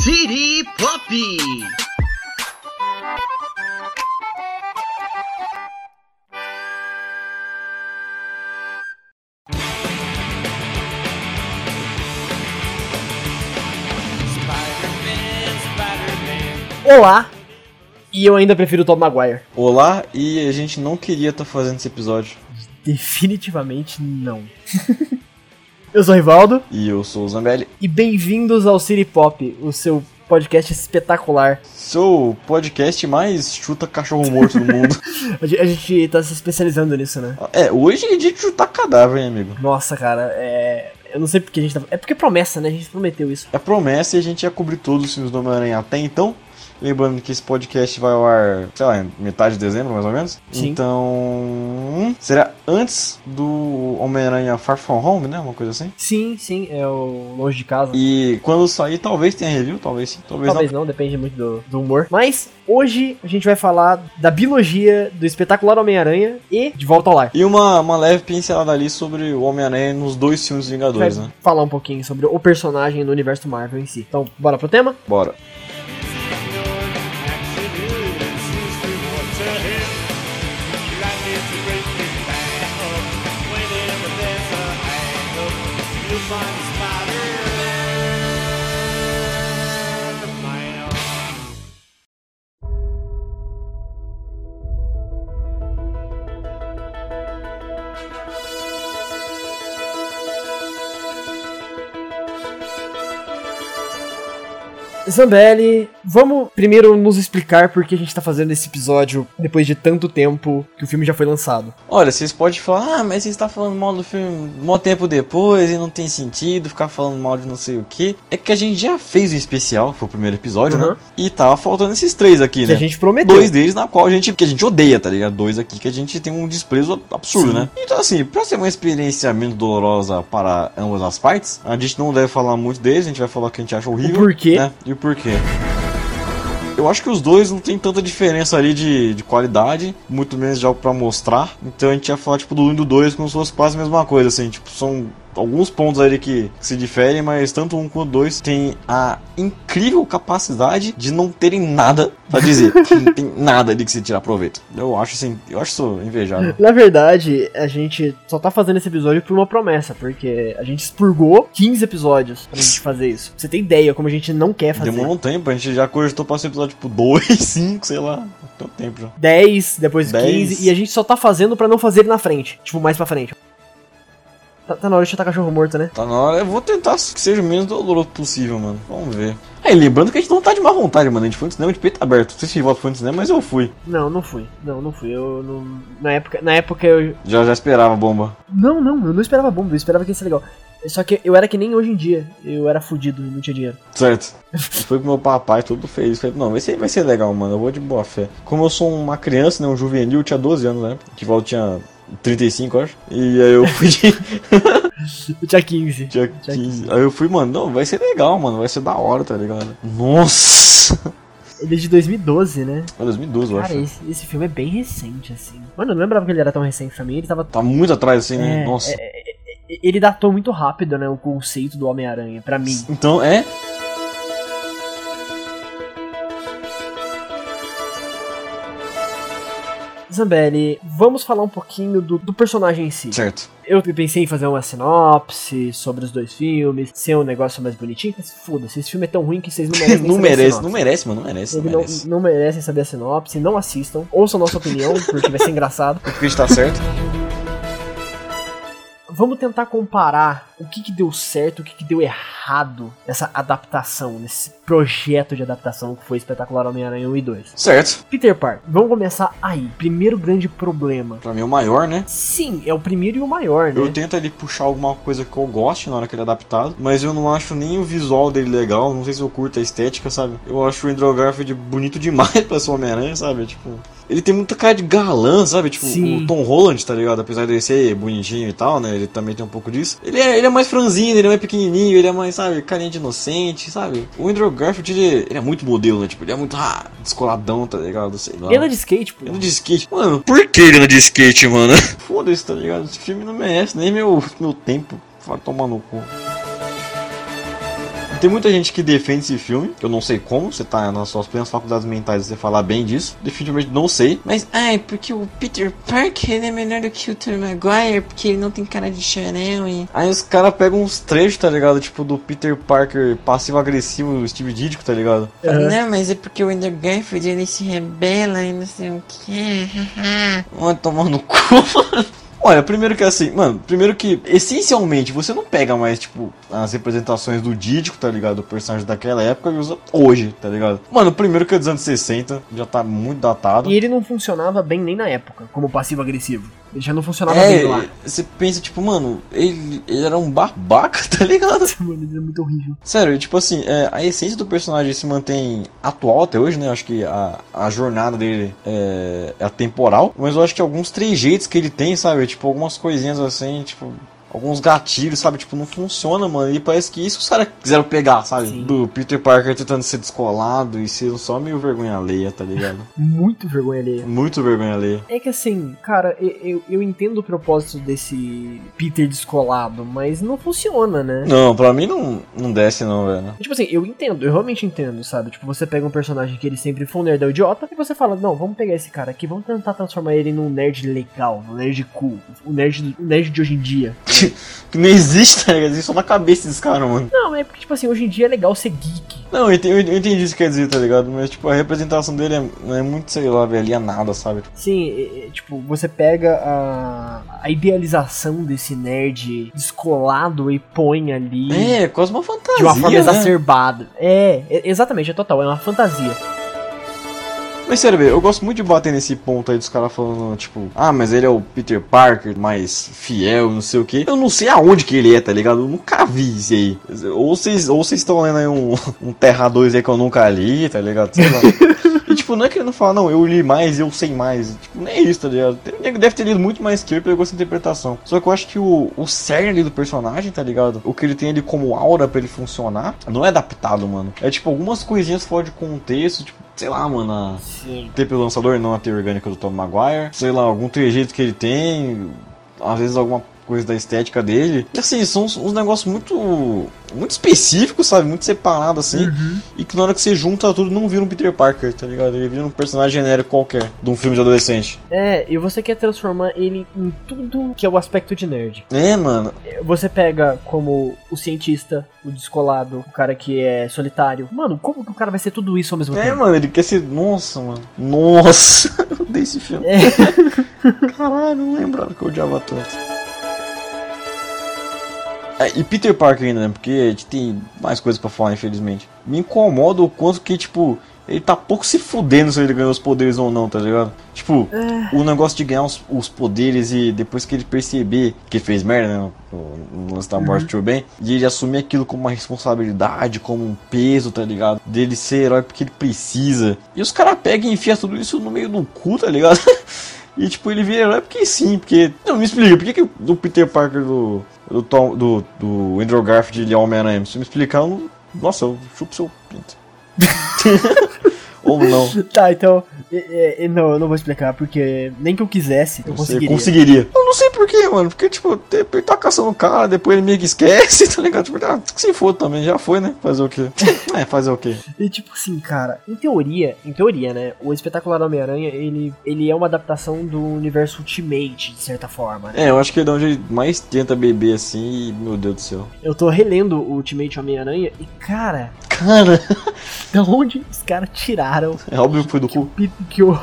City Pop! Olá! E eu ainda prefiro o Tom Maguire. Olá, e a gente não queria estar fazendo esse episódio. Definitivamente não. eu sou o Rivaldo E eu sou o Zambelli. e bem-vindos ao City Pop, o seu podcast espetacular. Sou o podcast mais chuta cachorro morto do mundo. A gente, a gente tá se especializando nisso, né? É, hoje é dia de chutar cadáver, hein, amigo. Nossa, cara, é. Eu não sei porque a gente tá. É porque é promessa, né? A gente prometeu isso. É promessa e a gente ia cobrir todos os filmes do Homem-Aranha até então. Lembrando que esse podcast vai ao ar, sei lá, em metade de dezembro, mais ou menos. Sim. Então. Será antes do Homem-Aranha Far From Home, né? Uma coisa assim. Sim, sim, é o longe de casa. E quando sair, talvez tenha review, talvez sim, talvez, Talvez não, depende muito do, do humor. Mas hoje a gente vai falar da biologia do espetacular Homem-Aranha e de volta ao lar. não. E uma, uma leve pincelada ali sobre o Homem-Aranha nos dois filmes dos gente vai Vingadores, né? falar um pouquinho sobre o personagem no universo Marvel em si. Então, bora pro tema? Bora. Zambelli, vamos primeiro nos explicar por que a gente tá fazendo esse episódio depois de tanto tempo que o filme já foi lançado. Olha, vocês podem falar, ah, mas você está falando mal do filme mó tempo depois e não tem sentido ficar falando mal de não sei o que. É que a gente já fez um especial, foi o primeiro episódio, Uhum. né? E tava faltando esses três aqui, Que a né? gente prometeu. Dois deles na qual a gente, que a gente odeia, tá ligado? Dois aqui que a gente tem um desprezo absurdo, Sim. né? Então, assim, pra ser uma experiência menos dolorosa para ambas as partes, a gente não deve falar muito deles, a gente vai falar o que a gente acha O horrível. porquê? né? E o porquê. Eu acho que os dois não tem tanta diferença ali de, de qualidade, muito menos de algo pra mostrar. Então a gente ia falar, tipo, do 1 e do 2 como se fosse quase a mesma coisa, assim. Tipo, são alguns pontos ali que, que se diferem, mas tanto um quanto o 2 tem a incrível capacidade de não terem nada pra dizer. não tem nada ali que se tirar proveito. Eu acho, assim, eu acho isso invejável. Na verdade, a gente só tá fazendo esse episódio por uma promessa, porque a gente expurgou 15 episódios pra gente fazer isso. Pra Você tem ideia como a gente não quer fazer. Demorou um tempo, a gente já cogitou pra ser episódio, tipo, 2, 5, sei lá. Tanto tempo já. 10, depois 10. 15, e a gente só tá fazendo pra não fazer na frente. Tipo, mais pra frente. Tá, tá na hora de chutar cachorro morto, né? Tá na hora, eu vou tentar que seja o menos doloroso possível, mano. Vamos ver. Aí, É, lembrando que a gente não tá de má vontade, mano. A gente foi no cinema de peito aberto. Não sei se o Rivaldo foi no cinema, mas eu fui. Não, não fui. Não, não fui. Eu não. Na época, na época eu. Já já esperava a bomba. Não, não, eu não esperava bomba, eu esperava que ia ser legal. Só que eu era que nem hoje em dia. Eu era fudido e não tinha dinheiro. Certo. Foi pro meu papai, todo feliz. Falei, não, vai ser, vai ser legal, mano. Eu vou de boa fé. Como eu sou uma criança, né? Um juvenil, eu tinha 12 anos, né? O Rivaldo tinha 35, eu acho. E aí eu fui de. Eu tinha 15. Tinha 15. Aí eu fui, mano, não, vai ser legal, mano. Vai ser da hora, tá ligado? Nossa! Ele é de 2012, né? Foi 2012, eu Cara, acho. esse, esse filme é bem recente, assim. Mano, eu não lembrava que ele era tão recente pra mim. Ele tava. Tá muito atrás, assim, né? É, Nossa. é, é, é, ele datou muito rápido, né? O conceito do Homem-Aranha, pra mim. Então é. Zambelli, vamos falar um pouquinho do, do personagem em si. Certo. Eu pensei em fazer uma sinopse sobre os dois filmes, ser um negócio mais bonitinho, mas foda-se, esse filme é tão ruim que vocês não merecem. nem não saber a merece, sinopse. não merece, mano, não merece, não Ele não, merece. não merecem saber a sinopse, não assistam, ouçam nossa opinião, porque vai ser engraçado. Porque a gente tá certo. Vamos tentar comparar o que, que deu certo, o que, que deu errado nessa adaptação, nesse projeto de adaptação que foi Espetacular Homem-Aranha 1 e 2. Certo. Peter Park, vamos começar aí. Primeiro grande problema. Pra mim é o maior, né? Sim, é o primeiro e o maior, né? Eu tento ali puxar alguma coisa que eu goste na hora que ele é adaptado, mas eu não acho nem o visual dele legal, não sei se eu curto a estética, sabe? Eu acho o Andrew Garfield bonito demais pra ser o Homem-Aranha, sabe? Tipo, ele tem muita cara de galã, sabe? Tipo, Sim. o Tom Holland, tá ligado? Apesar dele ser bonitinho e tal, né? Ele também tem um pouco disso. Ele é, ele é mais franzino, ele é mais pequenininho, ele é mais, sabe? Carinha de inocente, sabe? O Andrew Garfield, ele, ele é muito modelo, né? Tipo, ele é muito ah, descoladão, tá ligado? Sei lá. Ele é de skate, pô. Ele anda de skate. Mano, por que ele anda de skate, mano? Foda-se, tá ligado? Esse filme não merece nem meu, meu tempo. Vai tomar no cu. Tem muita gente que defende esse filme, que eu não sei como, você tá nas suas plenas faculdades mentais você falar bem disso. Definitivamente não sei. Mas, ai, porque o Peter Parker ele é melhor do que o Tom Maguire, porque ele não tem cara de chorão e... Aí os caras pegam uns trechos, tá ligado? Tipo do Peter Parker passivo-agressivo, Steve Ditko, tá ligado? Uhum. Não, mas é porque o Andrew Garfield, ele se rebela e não sei o que. Mano, tomar no cu, mano. Olha, primeiro que assim, mano, primeiro que essencialmente você não pega mais, tipo, as representações do Dídico, tá ligado? O personagem daquela época e usa hoje, tá ligado? Mano, primeiro que é dos anos 60, já tá muito datado. E ele não funcionava bem nem na época, como passivo-agressivo. Ele já não funcionava É, bem lá. você pensa, tipo, mano, ele, ele era um babaca, tá ligado? Mano, ele é muito horrível. Sério, tipo assim, é, a essência do personagem se mantém atual até hoje, né? Eu acho que a, a jornada dele é, é atemporal, mas eu acho que alguns trejeitos que ele tem, sabe? Tipo, algumas coisinhas assim, tipo. Alguns gatilhos, sabe? Tipo, não funciona, mano. E parece que isso os caras quiseram pegar, sabe? Sim. Do Peter Parker tentando ser descolado e sendo só meio vergonha alheia, tá ligado? Muito vergonha alheia. Muito vergonha alheia. É que assim, cara, eu, eu, eu entendo o propósito desse Peter descolado, mas não funciona, né? Não, pra mim não, não desce, não, velho. Tipo assim, eu entendo, eu realmente entendo, sabe? Tipo, você pega um personagem que ele sempre foi um nerdão idiota e você fala, não, vamos pegar esse cara aqui, vamos tentar transformar ele num nerd legal, num nerd cool, o nerd, o nerd de hoje em dia. Que não existe, tá ligado? Existe só na cabeça desse cara, mano. Não, é porque, tipo assim, hoje em dia é legal ser geek. Não, eu ente- eu entendi, o que quer dizer, tá ligado? Mas, tipo, a representação dele é, é muito, sei lá, velho, é nada, sabe? Sim, é- é, tipo, você pega a, a idealização desse nerd descolado e põe ali. É, quase uma fantasia, De uma forma né? exacerbada. É, é- exatamente, é total, é uma fantasia. Mas, sério, velho, eu gosto muito de bater nesse ponto aí dos caras falando, tipo... Ah, mas ele é o Peter Parker mais fiel, não sei o quê. Eu não sei aonde que ele é, tá ligado? Eu nunca vi isso aí. Ou vocês ou vocês estão lendo aí um, um Terra 2 aí que eu nunca li, tá ligado? Sei lá. E, tipo, não é que ele não fala, não, eu li mais, eu sei mais. Tipo, nem isso, tá ligado? Tem- Ele deve ter lido muito mais que eu e pegou essa interpretação. Só que eu acho que o, o cerne ali do personagem, tá ligado? O que ele tem ali como aura pra ele funcionar, não é adaptado, mano. É, tipo, algumas coisinhas fora de contexto, tipo, sei lá, mano, a Sim. TP lançador, não a teia orgânica do Tom Maguire. Sei lá, algum trejeito que ele tem, às vezes alguma coisa da estética dele. E, assim, são uns, uns negócios muito... Muito específico, sabe? Muito separado, assim. E que na hora que você junta tudo, não vira um Peter Parker, tá ligado? Ele vira um personagem genérico qualquer, de um filme de adolescente. É, e você quer transformar ele em tudo que é o aspecto de nerd. É, mano. Você pega como o cientista, o descolado, o cara que é solitário. Mano, como que o cara vai ser tudo isso ao mesmo É, tempo? mano, ele quer ser. Nossa, mano. Nossa! Eu odeio esse filme. É. Caralho, não lembrava que eu odiava tanto. É, e Peter Parker ainda, né? Porque a gente tem mais coisas pra falar, infelizmente. Me incomoda o quanto que, tipo, ele tá pouco se fudendo se ele ganhou os poderes ou não, tá ligado? Tipo, o negócio de ganhar os, os poderes e depois que ele perceber que ele fez merda, né? No, no lance da morte do bem, e ele assumir aquilo como uma responsabilidade, como um peso, tá ligado? Dele ser herói porque ele precisa. E os caras pegam e enfiam tudo isso no meio do cu, tá ligado? E tipo, ele vira herói porque sim, porque. Não, me explica, por que, que o Peter Parker do. do Tom. do, do Andrew Garfield ele é Homem-Aranha? Se me explicar, eu não. Nossa, eu chupo seu pinto. Ou não. Tá, então. é, é, é, não, eu não vou explicar, porque nem que eu quisesse, eu conseguiria. conseguiria. Eu não sei porquê, mano. Porque, tipo, te- ele tá caçando o cara, depois ele meio que esquece, tá ligado? Tipo, ah, se for também, já foi, né? Fazer o quê? é, fazer o quê? E tipo assim, cara, em teoria, em teoria, né? O espetacular Homem-Aranha, ele, ele é uma adaptação do universo Ultimate, de certa forma. É, eu acho que é de onde ele mais tenta beber assim e, meu Deus do céu. Eu tô relendo o Ultimate Homem-Aranha e, cara, Cara, da onde os caras tiraram é óbvio que foi do que o cu. Pito que o.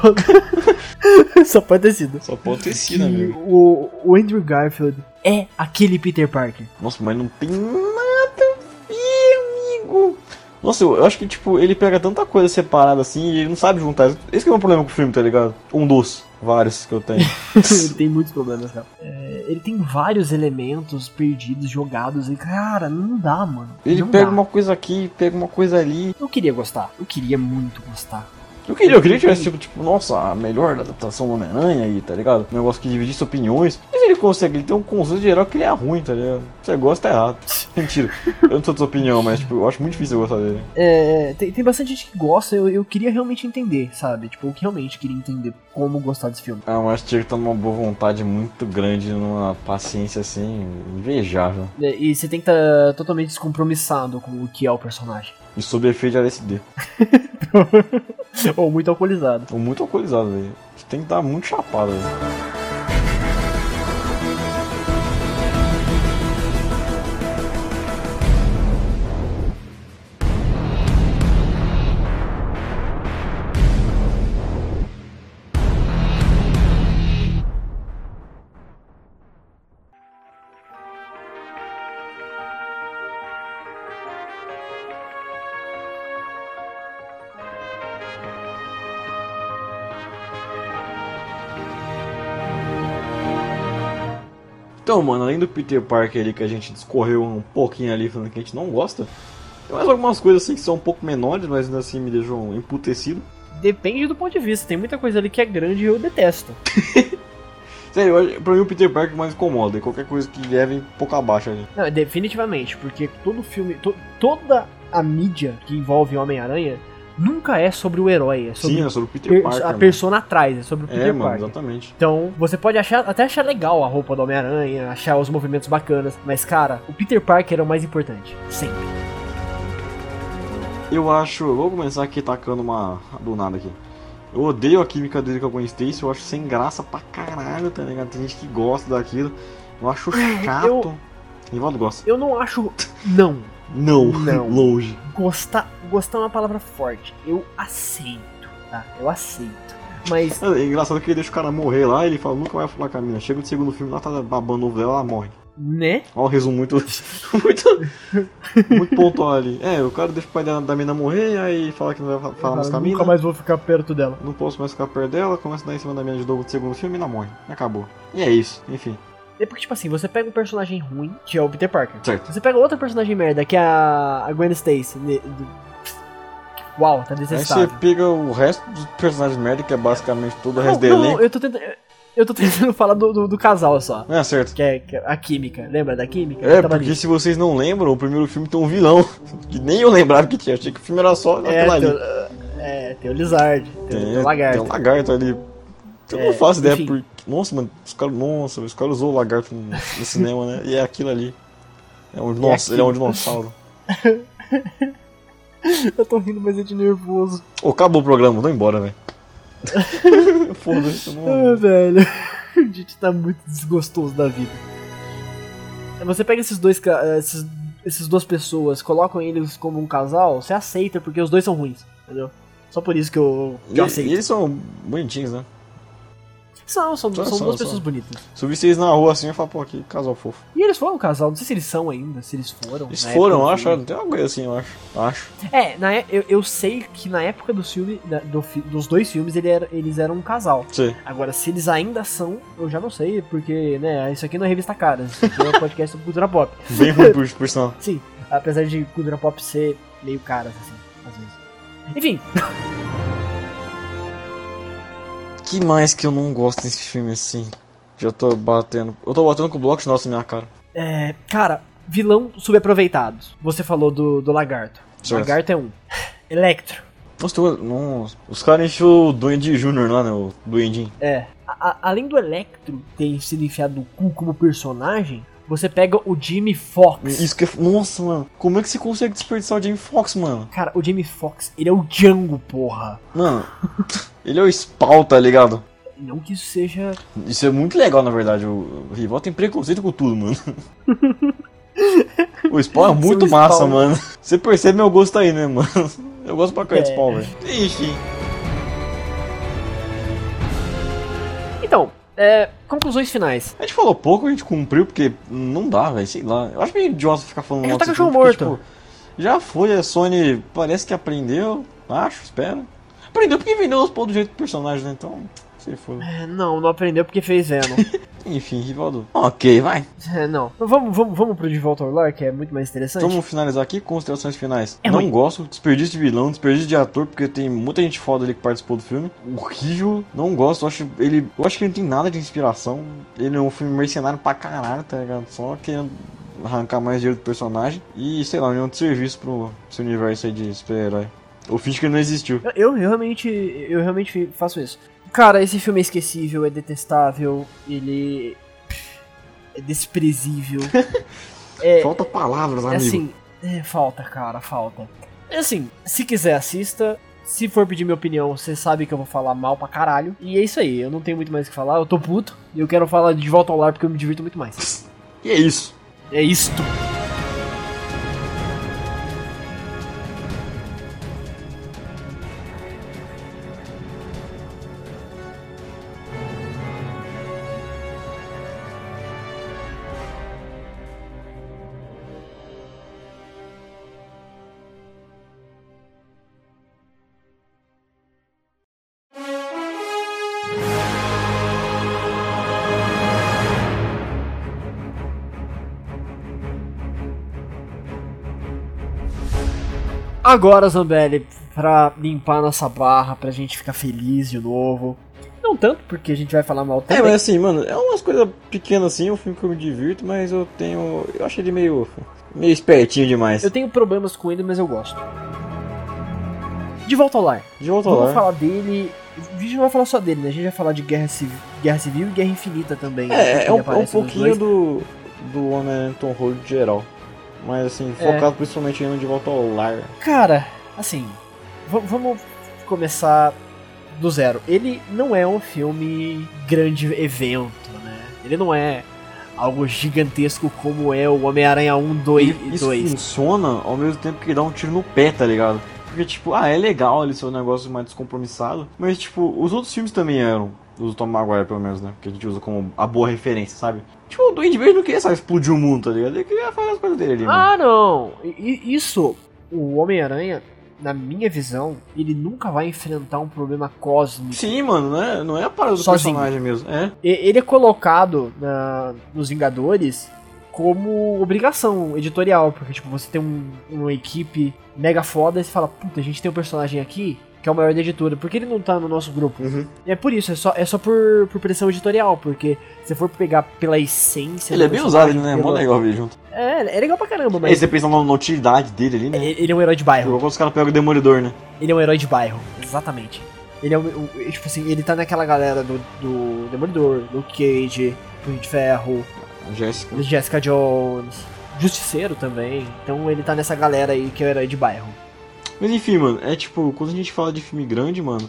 Só pode ter sido. Só pode ter Que o, o Andrew Garfield é aquele Peter Parker. Nossa, mas não tem nada a ver, amigo. Nossa, eu, eu acho que, tipo, ele pega tanta coisa separada assim e ele não sabe juntar. Esse que é o meu problema com o filme, tá ligado? Um dos vários que eu tenho. ele tem muitos problemas, cara. É, ele tem vários elementos perdidos, jogados, e, cara, não dá, mano. Ele Não pega dá. uma coisa aqui, pega uma coisa ali. Eu queria gostar. Eu queria muito gostar. Eu queria, eu queria que tivesse, tipo, tipo, nossa, a melhor adaptação do Homem-Aranha aí, tá ligado? Um negócio que dividisse opiniões. Mas ele consegue, ele tem um conceito geral que ele é ruim, tá ligado? Você gosta, tá errado. Mentira. Eu não sou da sua opinião, mas tipo, eu acho muito difícil eu gostar dele. É, tem, tem bastante gente que gosta, eu, eu queria realmente entender, sabe? Tipo, eu realmente queria entender como gostar desse filme. Ah, mas tinha que estar numa boa vontade muito grande, numa paciência assim, invejável. É, E você tem que estar totalmente descompromissado com o que é o personagem. E sob efeito de LSD. Ou muito alcoolizado. Tô muito alcoolizado, velho. Você tem que estar muito chapado, velho. Então, mano, além do Peter Parker ali que a gente discorreu um pouquinho ali falando que a gente não gosta, tem mais algumas coisas assim que são um pouco menores, mas ainda assim me deixam emputecido. Depende do ponto de vista, tem muita coisa ali que é grande e eu detesto. Sério, eu acho- pra mim o Peter Parker mais incomoda, e qualquer coisa que leve um pouco abaixo ali. Não, definitivamente, porque todo filme, to- toda a mídia que envolve o Homem-Aranha nunca é sobre o herói, é sobre Sim, é sobre o Peter per- Parker. a mano. persona atrás, é sobre o Peter É, mano, Parker. exatamente. Então, você pode achar, até achar legal a roupa do Homem-Aranha, achar os movimentos bacanas, mas cara, o Peter Parker é o mais importante, sempre. Eu acho. eu Vou começar aqui tacando uma. do nada aqui. Eu odeio a química dele com a Gwen Stacy, eu acho sem graça pra caralho, tá ligado? Tem gente que gosta daquilo. Eu acho chato. eu- Rivaldo gosta. Eu não acho não Não, Não. longe. gostar, gostar é uma palavra forte. Eu aceito, tá? Eu aceito. Mas É engraçado que ele deixa o cara morrer lá, ele fala, nunca vai falar com a mina. Chega no segundo filme, lá tá babando o ovo dela, ela morre. né? Olha o resumo muito. muito. muito pontual ali. É, o cara deixa o pai da, da mina morrer, aí fala tá, que não vai fa- falar mais com a mina. vou ficar perto dela. Não posso mais ficar perto dela, começa a dar em cima da mina de novo no segundo filme e ela morre. E acabou. E é isso, enfim. É porque, tipo assim, você pega um personagem ruim, que é o Peter Parker. Certo. Você pega outra personagem merda, que é a, a Gwen Stacy. né, do- Uau, tá Aí você desestável. pega o resto dos personagens merda, que é basicamente todo Não, o resto do não, não, elenco. eu tô tentando. Eu tô tentando falar do, do, do casal só. É, certo. Que é, que é a química. Lembra da química? Tá É, Que tava porque se vocês não lembram, o primeiro filme tem um vilão. Que nem eu lembrava que tinha. Achei que o filme era só ali. É, aquela ali. tem, o- é, tem o Lizard, tem, o- tem o Lagarto. Tem um lagarto ali. Eu É, não faço ideia enfim. porque. Nossa, mano, os caras. Nossa, os caras usou o lagarto no, no cinema, né? E é aquilo ali. É um, nossa, ele é um dinossauro. um Eu tô rindo, mas é de nervoso. Ô, acabou o programa, vamos embora, velho. Foda-se, eu Ah, não. velho. A gente tá muito desgostoso da vida. É, Você pega esses dois. ca- eh, Esses, esses duas pessoas, colocam eles como um casal, você aceita, porque os dois são ruins, entendeu? Só por isso que eu, que eu E, aceito. e eles são bonitinhos, né? São, são, Só- são só- duas só. pessoas bonitas. Se eu visse eles na rua assim, eu falo, pô, que casal fofo. E eles foram um casal, não sei se eles são ainda, se eles foram. Eles na época foram, do eu acho, filme. não tem uma coisa assim, eu acho. Acho. É, na, e- eu, eu sei que na época do filme, da- do fi- dos dois filmes, ele era- eles eram um casal. Não sei. Agora, se eles ainda são, eu já não sei, porque, né, isso aqui não é revista cara, isso aqui é um podcast sobre cultura pop. Bem ruim por, por sinal. Sim, apesar de cultura pop ser meio cara, assim, às vezes. Enfim, que mais que eu não gosto desse filme assim? Já tô batendo. Eu tô batendo com o bloco de nossa na minha cara. é, cara, vilão subaproveitado. Você falou do, do lagarto. Certo. Lagarto é um. Electro, Nossa, tem uma- nossa. os caras encheu o Duende Júnior lá, né? O Duendinho. é. A- a- além do Electro ter sido enfiado no cu como personagem, você pega o Jimmy Fox. Isso que é. Nossa, mano. Como é que você consegue desperdiçar o Jamie Foxx, mano? Cara, o Jimmy Fox, ele é o Django, porra. Mano, ele é o Spawn, tá ligado? Não que isso seja. Isso é muito legal, na verdade. O, o Rival tem preconceito com tudo, mano. O Spawn é muito Seu massa, Spawn. mano. Você percebe meu gosto aí, né, mano? Eu gosto pra caralho de É. Spawn, velho. Enfim. Então, é, conclusões finais. A gente falou pouco, a gente cumpriu, porque não dá, velho, sei lá. Eu acho meio idiota ficar falando É que mal tá desse cachorro filme, porque, morto. tipo, já foi, a Sony parece que aprendeu, acho, espero. Aprendeu porque vendeu os pôr do jeito do personagem, né? Então, se for. É, não, não aprendeu porque fez Venom. Enfim, Rivaldo. Ok, vai. É, não. Mas Vamos, vamos, vamos pro De Volta ao Lar, que é muito mais interessante. Então vamos finalizar aqui, considerações finais. É não ruim. gosto, desperdício de vilão, desperdício de ator, porque tem muita gente foda ali que participou do filme. Horrível, não gosto, eu acho ele. Eu acho que ele não tem nada de inspiração. Ele é um filme mercenário pra caralho, tá ligado? Só querendo arrancar mais dinheiro do personagem e, sei lá, um outro serviço pro seu universo aí de super-herói. Ou finge que ele não existiu. Eu, eu realmente, eu realmente fi- faço isso. Cara, esse filme é esquecível, é detestável, ele é desprezível. é, Falta palavras, é amigo. assim, é, falta, cara, falta. É assim, se quiser assista, se for pedir minha opinião, você sabe que eu vou falar mal pra caralho. E é isso aí, eu não tenho muito mais o que falar, eu tô puto e eu quero falar de volta ao lar porque eu me divirto muito mais. E é isso. É isto. Agora, Zambelli, pra limpar nossa barra, pra gente ficar feliz de novo. Não tanto, porque a gente vai falar mal É, também. mas assim, mano, é umas coisas pequenas assim, um filme que eu me divirto, mas eu tenho. Eu achei ele meio. meio espertinho demais. Eu tenho problemas com ele, mas eu gosto. De volta ao lar. De volta Vamos lá. falar dele. A gente não vai falar só dele, né? A gente vai falar de Guerra Civil, Guerra Civil e Guerra Infinita também. né? É, Que é ele um, é um aparece nos pouquinho dois. do. do Homem-Aranha Tom Holland geral. Mas assim, É. focado principalmente aí no De Volta ao Lar. Cara, assim. va- Vamos começar do zero. Ele não é um filme grande evento, né? Ele não é algo gigantesco como é o Homem-Aranha 1, 2 E e isso 2. funciona ao mesmo tempo que dá um tiro no pé, tá ligado? Porque, tipo, ah, é legal ele ser um negócio mais descompromissado, mas, tipo, os outros filmes também eram. Os do Tom Maguire, pelo menos, né? Que a gente usa como a boa referência, sabe? Tipo, o Duende Verde não queria, sabe, explodir o mundo, tá ligado? Ele queria fazer as coisas dele ali, mano. Ah, não! I- i- Isso, o Homem-Aranha, na minha visão, ele nunca vai enfrentar um problema cósmico. Sim, mano, não é, não é a parada do Sozinho. personagem mesmo. É. E- Ele é colocado na- nos Vingadores como obrigação editorial, porque tipo, você tem um- uma equipe mega foda e você fala, puta, a gente tem um personagem aqui que é o maior da editora, por que ele não tá no nosso grupo? Uhum. É por isso, é só, é só por, por pressão editorial, porque se for pegar pela essência. Ele é do bem usado personagem, ali, né? É mó pelo- legal ver ele junto. É, é legal pra caramba, Aí mas. você pensa na na utilidade dele ali, né? Ele é um herói de bairro. Igual quando os caras pegam o Demolidor, né? Ele é um herói de bairro, exatamente. Ele é um, um- tipo assim, ele tá naquela galera do, do Demolidor, do Cage, Punho de Ferro, A Jéssica. Jessica Jones, Justiceiro também. Então ele tá nessa galera aí que é o herói de bairro. Mas enfim, mano, é tipo, quando a gente fala de filme grande, mano,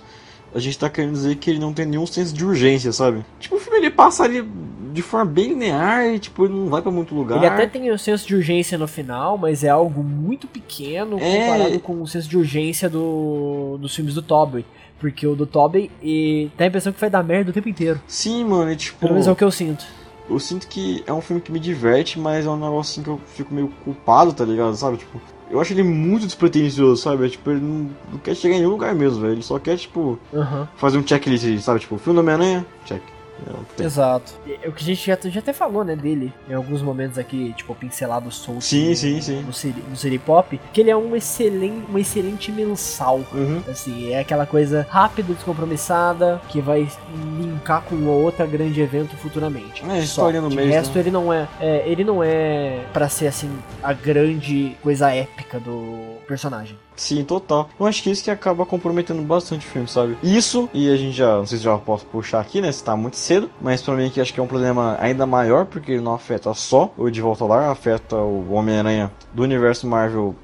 a gente tá querendo dizer que ele não tem nenhum senso de urgência, sabe? Tipo, o filme ele passa ali de forma bem linear e, tipo, ele não vai pra muito lugar. Ele até tem um senso de urgência no final, mas é algo muito pequeno É. comparado com o senso de urgência do, dos filmes do Tobey. Porque o do Tobey e dá a impressão que vai dar merda o tempo inteiro. Sim, mano, é tipo. Pelo menos é o que eu sinto. Eu sinto que é um filme que me diverte, mas é um negócio assim que eu fico meio culpado, tá ligado? Sabe? Tipo, eu acho ele muito despretensioso, sabe? É, Tipo, ele não, não quer chegar em nenhum lugar mesmo, velho. Ele só quer, tipo, Aham. fazer um checklist, sabe? Tipo, filme do Homem-Aranha, check. É o que tem. Exato. É o que a gente já, já até falou, né, dele. Em alguns momentos aqui, tipo, pincelado solto. Sim, no- sim, sim. No, Siri, no Siri Pop, que ele é um excelente, um excelente mensal. Uhum. Assim, é aquela coisa rápida, descompromissada, que vai linkar com outra grande evento futuramente. É, Só. história no De mês, resto, né? ele não é, é, Ele não é pra ser, assim, a grande coisa épica do personagem. Sim, total. Eu acho que isso que acaba comprometendo bastante o filme, sabe? Isso, e a gente já, não sei se já posso puxar aqui, né? Se tá muito cedo, mas pra mim aqui acho que é um problema ainda maior, porque ele não afeta só o De Volta ao Lar, afeta o Homem-Aranha do universo Marvel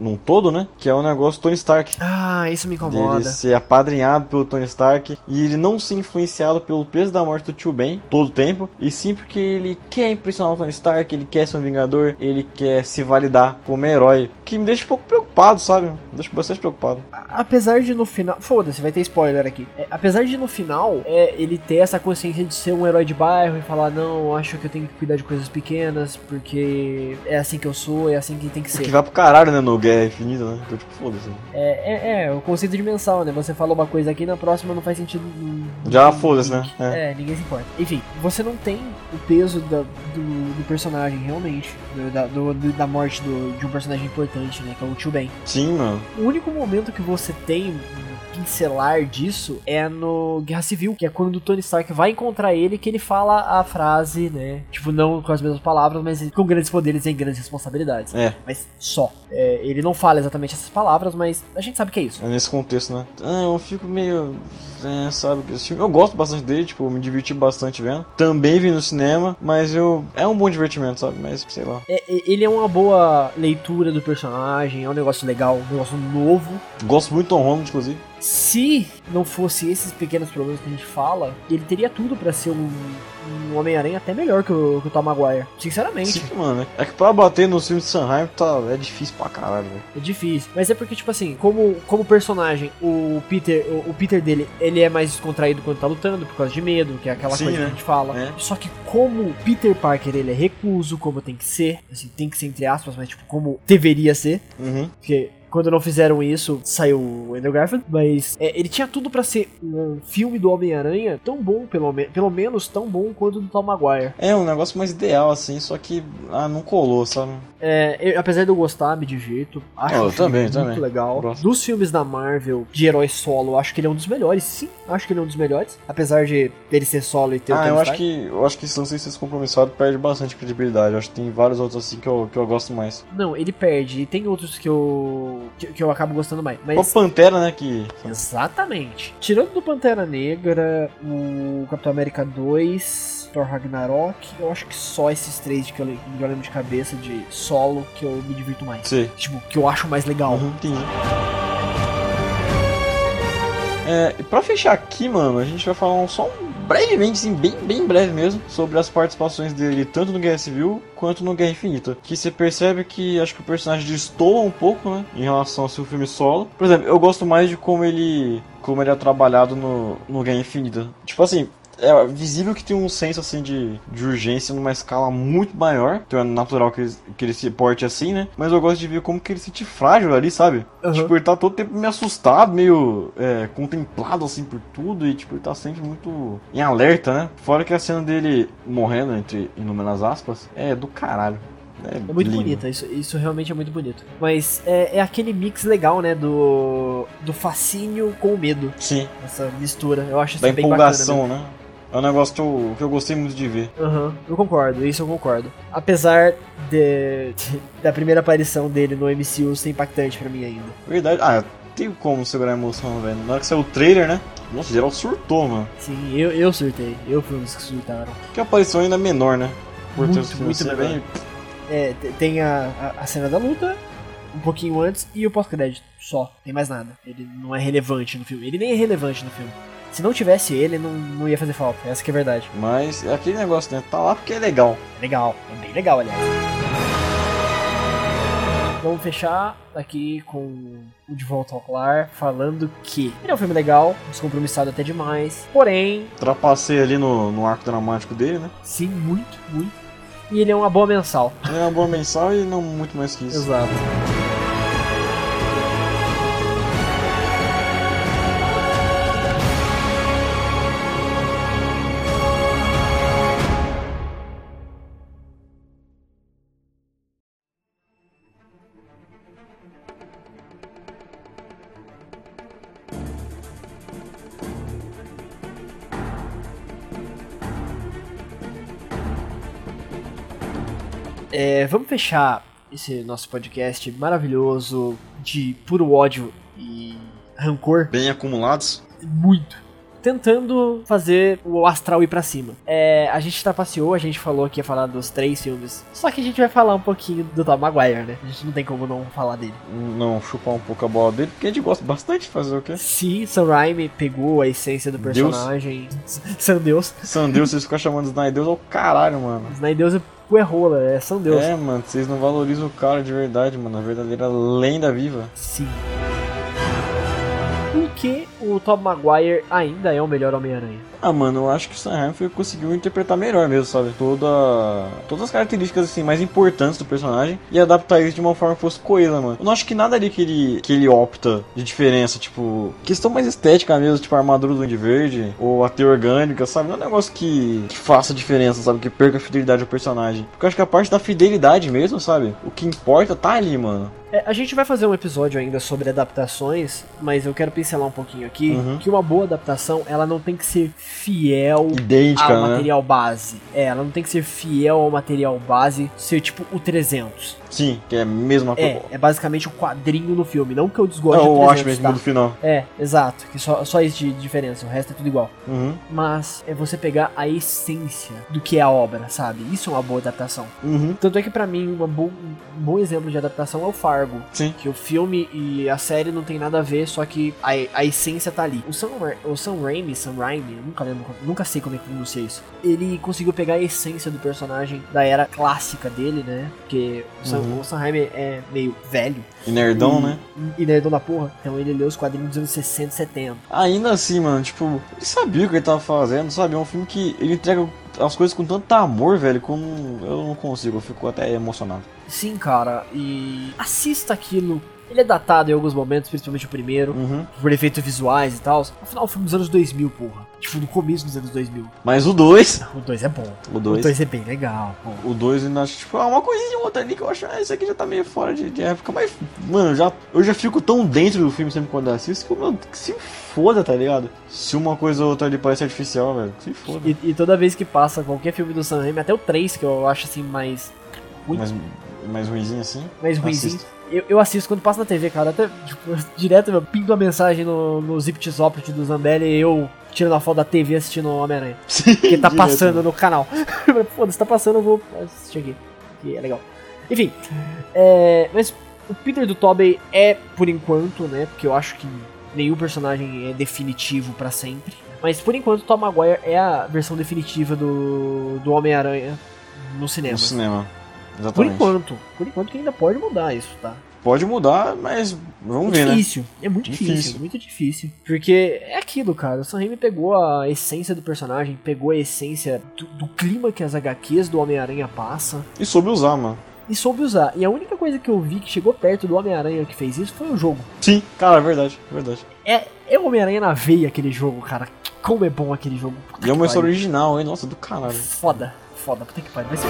num todo, né? Que é o negócio Tony Stark. Ah, isso me Dele incomoda. ser apadrinhado pelo Tony Stark e ele não ser influenciado pelo peso da morte do tio Ben todo o tempo, e sim porque ele quer impressionar o Tony Stark, ele quer ser um vingador, ele quer se validar como herói, que me deixa um pouco preocupado, sabe? Me deixa bastante preocupado. Apesar de no final. Foda-se, vai ter spoiler aqui. É, apesar de no final é, ele ter essa consciência de ser um herói de bairro e falar, não, acho que eu tenho que cuidar de coisas pequenas, porque é assim que eu sou, é assim que tem que Que ser. vai pro caralho, né? No Guerra Infinita, né? Então, tipo, foda-se. É, é, é, o conceito de mensal, né? Você fala uma coisa aqui, na próxima não faz sentido. nenhum. Já foda-se, né? É. É. ninguém se importa. Enfim, você não tem o peso da- do, do personagem, realmente. do- da, do- do- da morte do- de um personagem importante, né? Que é o Tio Ben. Sim, mano. O único momento que você tem um pincelar disso é no Guerra Civil, que é quando o Tony Stark vai encontrar ele que ele fala a frase, né? Tipo, não com as mesmas palavras, mas com grandes poderes e grandes responsabilidades. É. Mas só. É, ele não fala exatamente essas palavras, mas a gente sabe que é isso. É nesse contexto, né? Ah, eu fico meio. É, sabe, esse filme. Eu gosto bastante dele, tipo, eu me diverti bastante vendo. Também vi no cinema, mas eu. É um bom divertimento, sabe? Mas sei lá. É- é- ele é uma boa leitura do personagem, é um negócio legal, um negócio novo. Gosto muito do Tom Holland, inclusive. Se não fosse esses pequenos problemas que a gente fala, ele teria tudo pra ser um, um Homem-Aranha até melhor que o, que o Tom Maguire. Sinceramente, Sim, mano. É que pra bater nos filmes de Sanheim tá, é difícil pra caralho, velho. é difícil. Mas é porque, tipo assim, como, como personagem, o Peter, o, o Peter dele, ele é mais descontraído quando tá lutando por causa de medo, que é aquela Sim, coisa né? que a gente fala. É. Só que como o Peter Parker, ele é recluso, como tem que ser, assim, tem que ser entre aspas, mas tipo, como deveria ser, Uhum. Porque quando não fizeram isso, saiu o Andrew Garfield. Mas é, ele tinha tudo pra ser um filme do Homem-Aranha tão bom, pelo, me- pelo menos tão bom quanto o do Tom Maguire. É um negócio mais ideal, assim, só que. Ah, não colou, sabe? É, eu- apesar de eu gostar, me divirto. Acho Oh, Eu o filme também, muito também. legal. Gosto. Dos filmes da Marvel de herói solo, eu acho que ele é um dos melhores. Sim, acho que ele é um dos melhores. Apesar de dele ser solo e ter o ah, Tony eu acho, Stark. que, eu acho que se não sei se esse compromissado perde bastante credibilidade. Eu acho que tem vários outros assim que eu, que eu gosto mais. Não, ele perde. E tem outros que eu. que, que eu acabo gostando mais. Mas. O Pantera, né? Que. Exatamente. Tirando do Pantera Negra, o Capitão América 2, Thor Ragnarok, eu acho que só esses três que eu, le- que eu lembro de cabeça de solo que eu me divirto mais. Sei. Tipo, que eu acho mais legal. Uhum, entendi. É, e pra fechar aqui, mano, a gente vai falar um- só um- brevemente, assim, bem, bem breve mesmo, sobre as participações dele tanto no Guerra Civil quanto no Guerra Infinita. Que você percebe que acho que o personagem destoa um pouco, né, em relação ao seu filme solo. Por exemplo, eu gosto mais de como ele, como ele é trabalhado no, no Guerra Infinita. Tipo assim, é visível que tem um senso assim de, de urgência numa escala muito maior. Então é natural que ele, que ele se porte assim, né? Mas eu gosto de ver como que ele se sente frágil ali, sabe? Aham. Tipo, ele tá todo tempo meio assustado, meio é, contemplado assim por tudo. E tipo, ele tá sempre muito em alerta, né? Fora que a cena dele morrendo, entre inúmeras aspas, é do caralho. É, É muito lindo. bonita, isso, isso realmente é muito bonito. Mas é, é aquele mix legal, né? Do, do fascínio com o medo. Sim, Essa mistura. Eu acho isso da bem bacana. empolgação, né? É um negócio que eu, que eu gostei muito de ver. Aham, eu concordo, isso eu concordo. Apesar de, da primeira aparição dele no MCU ser impactante pra mim ainda. Verdade. Ah, tem como segurar a emoção, velho. Na hora que saiu o trailer, né? Nossa, geral surtou, mano. Sim, eu, eu surtei, eu fui um dos que surtaram. Que a aparição ainda é menor, né? Por ter assim, né? Muito, os muito filmes ser menor. bem- É, te- tem a, a, a cena da luta, um pouquinho antes, e o pós-crédito, só, tem mais nada. Ele não é relevante no filme, ele nem é relevante no filme. Se não tivesse ele, não, não ia fazer falta, essa que é a verdade. Mas é aquele negócio, né? Tá lá porque é legal. É legal, é bem legal, aliás. Vamos fechar aqui com o De Volta ao Lar, falando que ele é um filme legal, descompromissado até demais, porém, Trapacei ali no, no arco dramático dele, né? sim, muito, muito. E ele é uma boa mensal. Ele é uma boa mensal e não muito mais que isso. Exato. É, vamos fechar esse nosso podcast maravilhoso de puro ódio e rancor. Bem acumulados. Muito. Tentando fazer o astral ir pra cima. É, a gente trapaceou, a gente falou que ia falar dos três filmes. Só que a gente vai falar um pouquinho do Tom Maguire, né? A gente não tem como não falar dele. Não, chupar um pouco a bola dele, porque a gente gosta bastante de fazer o quê? Se Sam Raimi pegou a essência do Deus. personagem, Sam Deus, Sandeus, vocês ficam chamando de Snyder é o caralho, mano. na Deus é Puerrola, é Sam Deus. É, mano, vocês não valorizam o cara de verdade, mano. A verdadeira lenda viva. Sim. Porque o o Tom Maguire ainda é o melhor Homem-Aranha. Ah, mano, eu acho que o Sam Raimi conseguiu interpretar melhor mesmo, sabe? Toda... Todas as características, assim, mais importantes do personagem e adaptar isso de uma forma que fosse coesa, mano. Eu não acho que nada ali que ele, que ele opta de diferença, tipo... Questão mais estética mesmo, tipo a armadura do Duende Verde ou a teia orgânica, sabe? Não é um negócio que, que faça diferença, sabe? Que perca a fidelidade ao personagem. Porque eu acho que a parte da fidelidade mesmo, sabe? O que importa tá ali, mano. É, a gente vai fazer um episódio ainda sobre adaptações, mas eu quero pincelar um pouquinho aqui Uhum. que uma boa adaptação ela não tem que ser fiel Idêntica, ao né? Ah, material base. É, ela não tem que ser fiel ao material base, ser tipo o 300. Sim, que é a mesma É, coisa. é basicamente o quadrinho no filme, não que eu desgoste É do 300, o Watchmen que tá? muda o final. É, exato, que só, só isso de diferença, o resto é tudo igual. Uhum. Mas é você pegar a essência do que é a obra, sabe? Isso é uma boa adaptação. Uhum. Tanto é que pra mim uma bo- um bom exemplo de adaptação é o Fargo. Sim. Que o filme e a série não tem nada a ver, só que a, a essência tá ali. O Sam, Ra- o Sam Raimi, Sam Raimi, eu nunca lembro, como- nunca sei como é que pronuncia isso. Ele conseguiu pegar a essência do personagem da era clássica dele, né? Porque o Sam, Uhum. o Sam Raimi é meio velho. E nerdão, e, né? E nerdão da porra. Então ele leu os quadrinhos dos anos 60 e 70. Ainda assim, mano, tipo, ele sabia o que ele tava fazendo, sabe? É um filme que ele entrega as coisas com tanto amor, velho, como eu não consigo, eu fico até emocionado. Sim, cara, e assista aquilo. Ele é datado em alguns momentos, principalmente o primeiro. Uhum. por efeitos visuais e tal. Afinal, o filme dos anos 2000, porra. Tipo, no começo dos anos 2000. Mas o 2, O 2 é bom. o O 2, 2 é bem legal, pô. o 2 ainda acho, tipo, é uma coisinha ou outra ali que eu acho, ah, isso aqui já tá meio fora de, de época, mas, mano, eu já, eu já fico tão dentro do filme sempre quando eu assisto que, mano, que se foda, tá ligado? Se uma coisa ou outra ali parece artificial, velho, que se foda. E, e toda vez que passa qualquer filme do Sam Raimi, até o 3, que eu acho assim mais, muito- Mas, mais ruimzinho assim. mais ruimzinho. assisto. Eu, eu assisto quando passa na TV, cara. Até tipo, direto eu pinto a mensagem no, no Zip Tzopit do Zambelli e eu tirando a foto da TV assistindo o Homem-Aranha. Porque tá Direto. passando no canal. Eu falei, Foda-se, tá passando, eu vou assistir aqui. Que é legal. Enfim, é, mas o Peter do Tobey é, por enquanto, né? Porque eu acho que nenhum personagem é definitivo pra sempre. Mas por enquanto, o Tom Maguire é a versão definitiva do, do Homem-Aranha no cinema. No cinema. por Exatamente. enquanto. Por enquanto que ainda pode mudar isso, tá? Pode mudar, mas vamos ver, né? difícil. É muito difícil, Difícil. muito difícil. Porque é aquilo, cara. O Sam Raimi pegou a essência do personagem, pegou a essência do, do clima que as HQs do Homem-Aranha passa E soube usar, mano. e soube usar. E a única coisa que eu vi que chegou perto do Homem-Aranha que fez isso foi o jogo. Sim, cara, é verdade, é verdade. É, é o Homem-Aranha na veia aquele jogo, cara. Como é bom aquele jogo. Puta E é que uma história pariu. original, hein? Nossa, do caralho. Foda, foda, puta que pariu. Mas...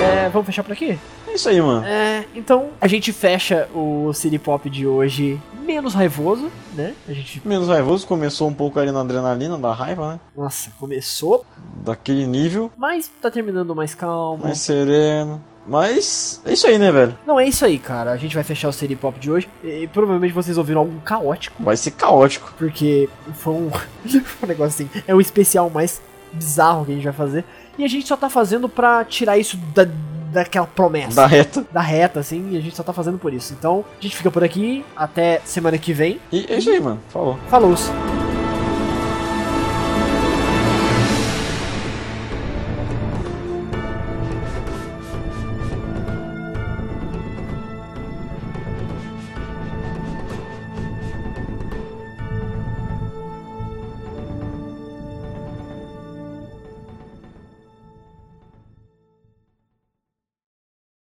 É, vamos fechar por aqui? É isso aí, mano. É, então a gente fecha o City Pop de hoje menos raivoso, né? A gente. Menos raivoso, começou um pouco ali na adrenalina, da raiva, né? Nossa, começou Daquele nível, Mas tá terminando mais calmo. mais sereno. Mas é isso aí, né, velho? Não, é isso aí, cara. A gente vai fechar o City Pop de hoje. E, e provavelmente vocês ouviram algo caótico, Vai ser caótico. porque foi um, um negócio assim. É o especial mais bizarro que a gente vai fazer. E a gente só tá fazendo pra tirar isso da, daquela promessa. Da reta. da reta, assim, e a gente só tá fazendo por isso. Então, a gente fica por aqui. Até semana que vem. E é isso aí, mano. Falou. Falou!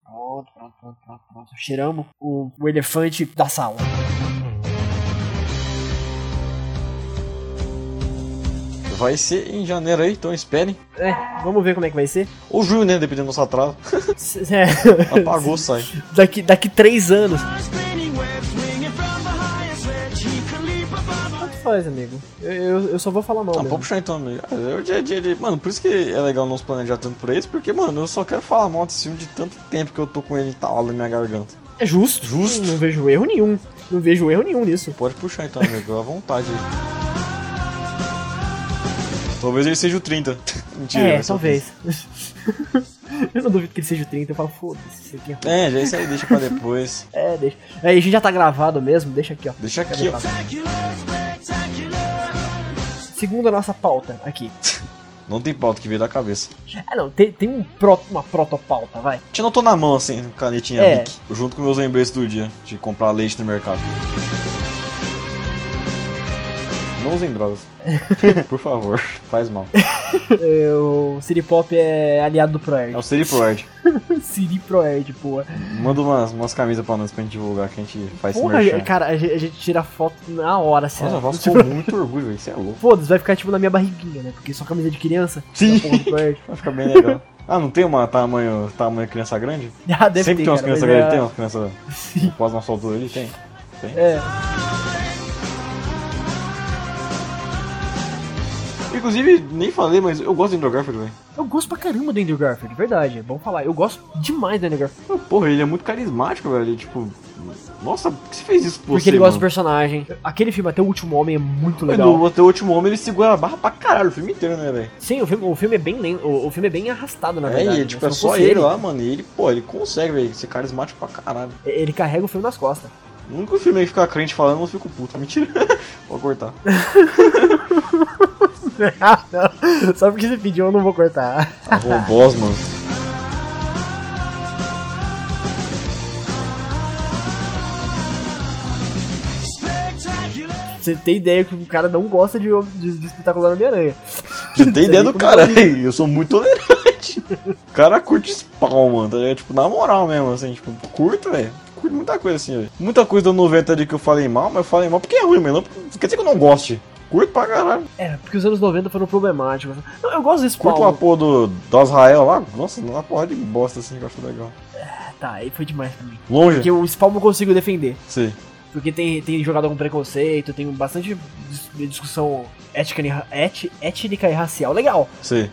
Pronto, pronto, pronto, pronto, pronto. Cheiramos o, o elefante da sala. Vai ser em janeiro aí, então esperem. É, vamos ver como é que vai ser. Ou junho, né? Dependendo do nosso atraso. S- é. Apagou, sai. daqui, daqui três anos. Tanto faz, amigo. Eu, eu, eu só vou falar mal. Ah, mesmo. pode puxar então, amigo. Ah, É o dia a dia de... Mano, por isso que é legal não se planejar tanto pra isso, porque, mano, eu só quero falar mal desse filme de tanto tempo que eu tô com ele entalado na minha garganta. É justo. Justo. Não vejo erro nenhum. Não vejo erro nenhum nisso. Pode puxar então, amigo, à vontade. Talvez ele seja o 30. Mentira. é, vai ser o talvez. eu não duvido que ele seja o 30. Eu falo, foda-se, isso aqui é 30. É, já isso aí deixa pra depois. É, deixa. Aí a gente já tá gravado mesmo, deixa aqui, ó. Deixa aqui, ó. Segundo a nossa pauta aqui. Não tem pauta que veio da cabeça. Ah, não, tem, tem um proto, uma protopauta, vai. Te anotou na mão, assim, canetinha É. Bic, junto com meus lembretes do dia de comprar leite no mercado. Não usem drogas. Por favor, faz mal. É, o City Pop é aliado do É ProErd. o City Proerd. City ProErd, porra. Manda umas, umas camisas pra nós pra gente divulgar que a gente faz esse Porra, merchan. cara, a gente, a gente tira foto na hora, Nossa, sério. eu faço com muito orgulho, velho. Você é louco. Foda-se, vai ficar tipo na minha barriguinha, né? Porque só camisa de criança. Sim. da porra do ProErd. Vai ficar bem legal. Ah, não tem uma tamanho, tamanho criança grande? Ah, deve Sempre ter, tem umas cara, crianças mas grandes, é- tem umas crianças quase nossa altura ali, tem. Tem. É. Inclusive, nem falei, mas eu gosto de Andrew Garfield, velho. Eu gosto pra caramba do Andrew Garfield, verdade, é bom falar. Eu gosto demais do Andrew Garfield. Porra, ele é muito carismático, velho. Ele, tipo, nossa, por que você fez isso por Porque você, ele gosta do mano? personagem. Aquele filme, até o último homem, é muito Mas legal. no Até o Último Homem ele segura a barra pra caralho o filme inteiro, né, velho? Sim, o filme, o filme é bem lento, o, o filme é bem arrastado, na É, verdade. e, né? tipo, Se é não só fosse ele, lá, mano. E ele, pô, ele consegue, velho, ser carismático pra caralho. Ele carrega o filme nas costas. O único filme aí que fica crente falando, eu fico puto. Mentira. Vou cortar. Só porque você pediu, eu Ah, não vou cortar. Arrombós, Tá mano. Você tem ideia que o cara não gosta de, de, de espetacular Homem-Aranha. Você tem ideia nem como do cara, velho. Eu sou muito tolerante. O cara curte spawn, mano. Tá ligado? Tipo, na moral mesmo, assim, tipo, curto, velho. Curto muita coisa assim, velho. Muita coisa do 90 ali que eu falei mal, mas eu falei mal porque é ruim, mano. Não porque- Quer dizer que eu não goste. Curto pra caralho. É, porque os anos 90 foram problemáticos. Não, eu gosto desse Curto a Spawn. porra do, do Azrael lá. Nossa, uma porra de bosta assim que eu acho legal. Tá, aí foi demais pra mim. Longe? Porque o Spawn eu consigo defender. Sim. Porque tem, tem jogador com preconceito, tem bastante dis- discussão ética, e ra- et- étnica e racial. Legal. Sim.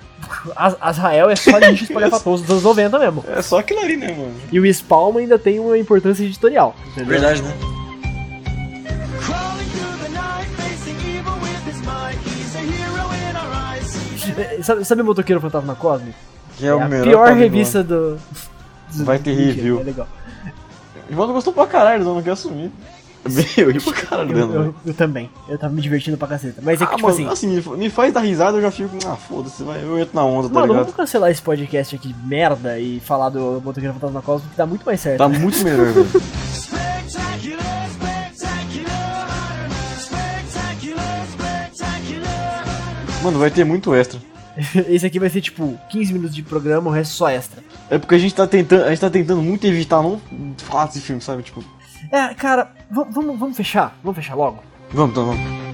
As- Azrael é só lixo espalhafatoso dos anos 90 mesmo. É só aquilo ali, né, mano? E o Spawn ainda tem uma importância editorial. Entendeu? Verdade, né? Crawling through the night, facing evil with his might. He's a hero in our eyes. É, Sabe, sabe o Motoqueiro Fantasma Cósmico? Que é, o a melhor pior quadrinho revista do... do- Vai ter Mentira, review. É legal. do ano. O Ivaldo gostou pra caralho, não quer assumir. Eu ri pra caralho Eu, dela, velho. eu, eu também. Eu tava me divertindo pra caceta. Mas é que, ah, tipo mano, assim... assim, me fa- me faz dar risada, eu já fico, ah, foda-se, vai, eu entro na onda, tá Mano, ligado? vamos cancelar esse podcast aqui de merda e falar do Motoqueiro Fantasma Cósmico que dá muito mais certo. né? Tá muito melhor, velho. Spectacular, spectacular, spectacular, spectacular. Mano, vai ter muito extra. Esse aqui vai ser, tipo, 15 minutos de programa, o resto só extra. É porque a gente tá tentando, a gente tá tentando muito evitar não falar desse filme, sabe? Tipo, É, cara, v- vamos vamos fechar? Vamos fechar logo? vamos, então, vamos.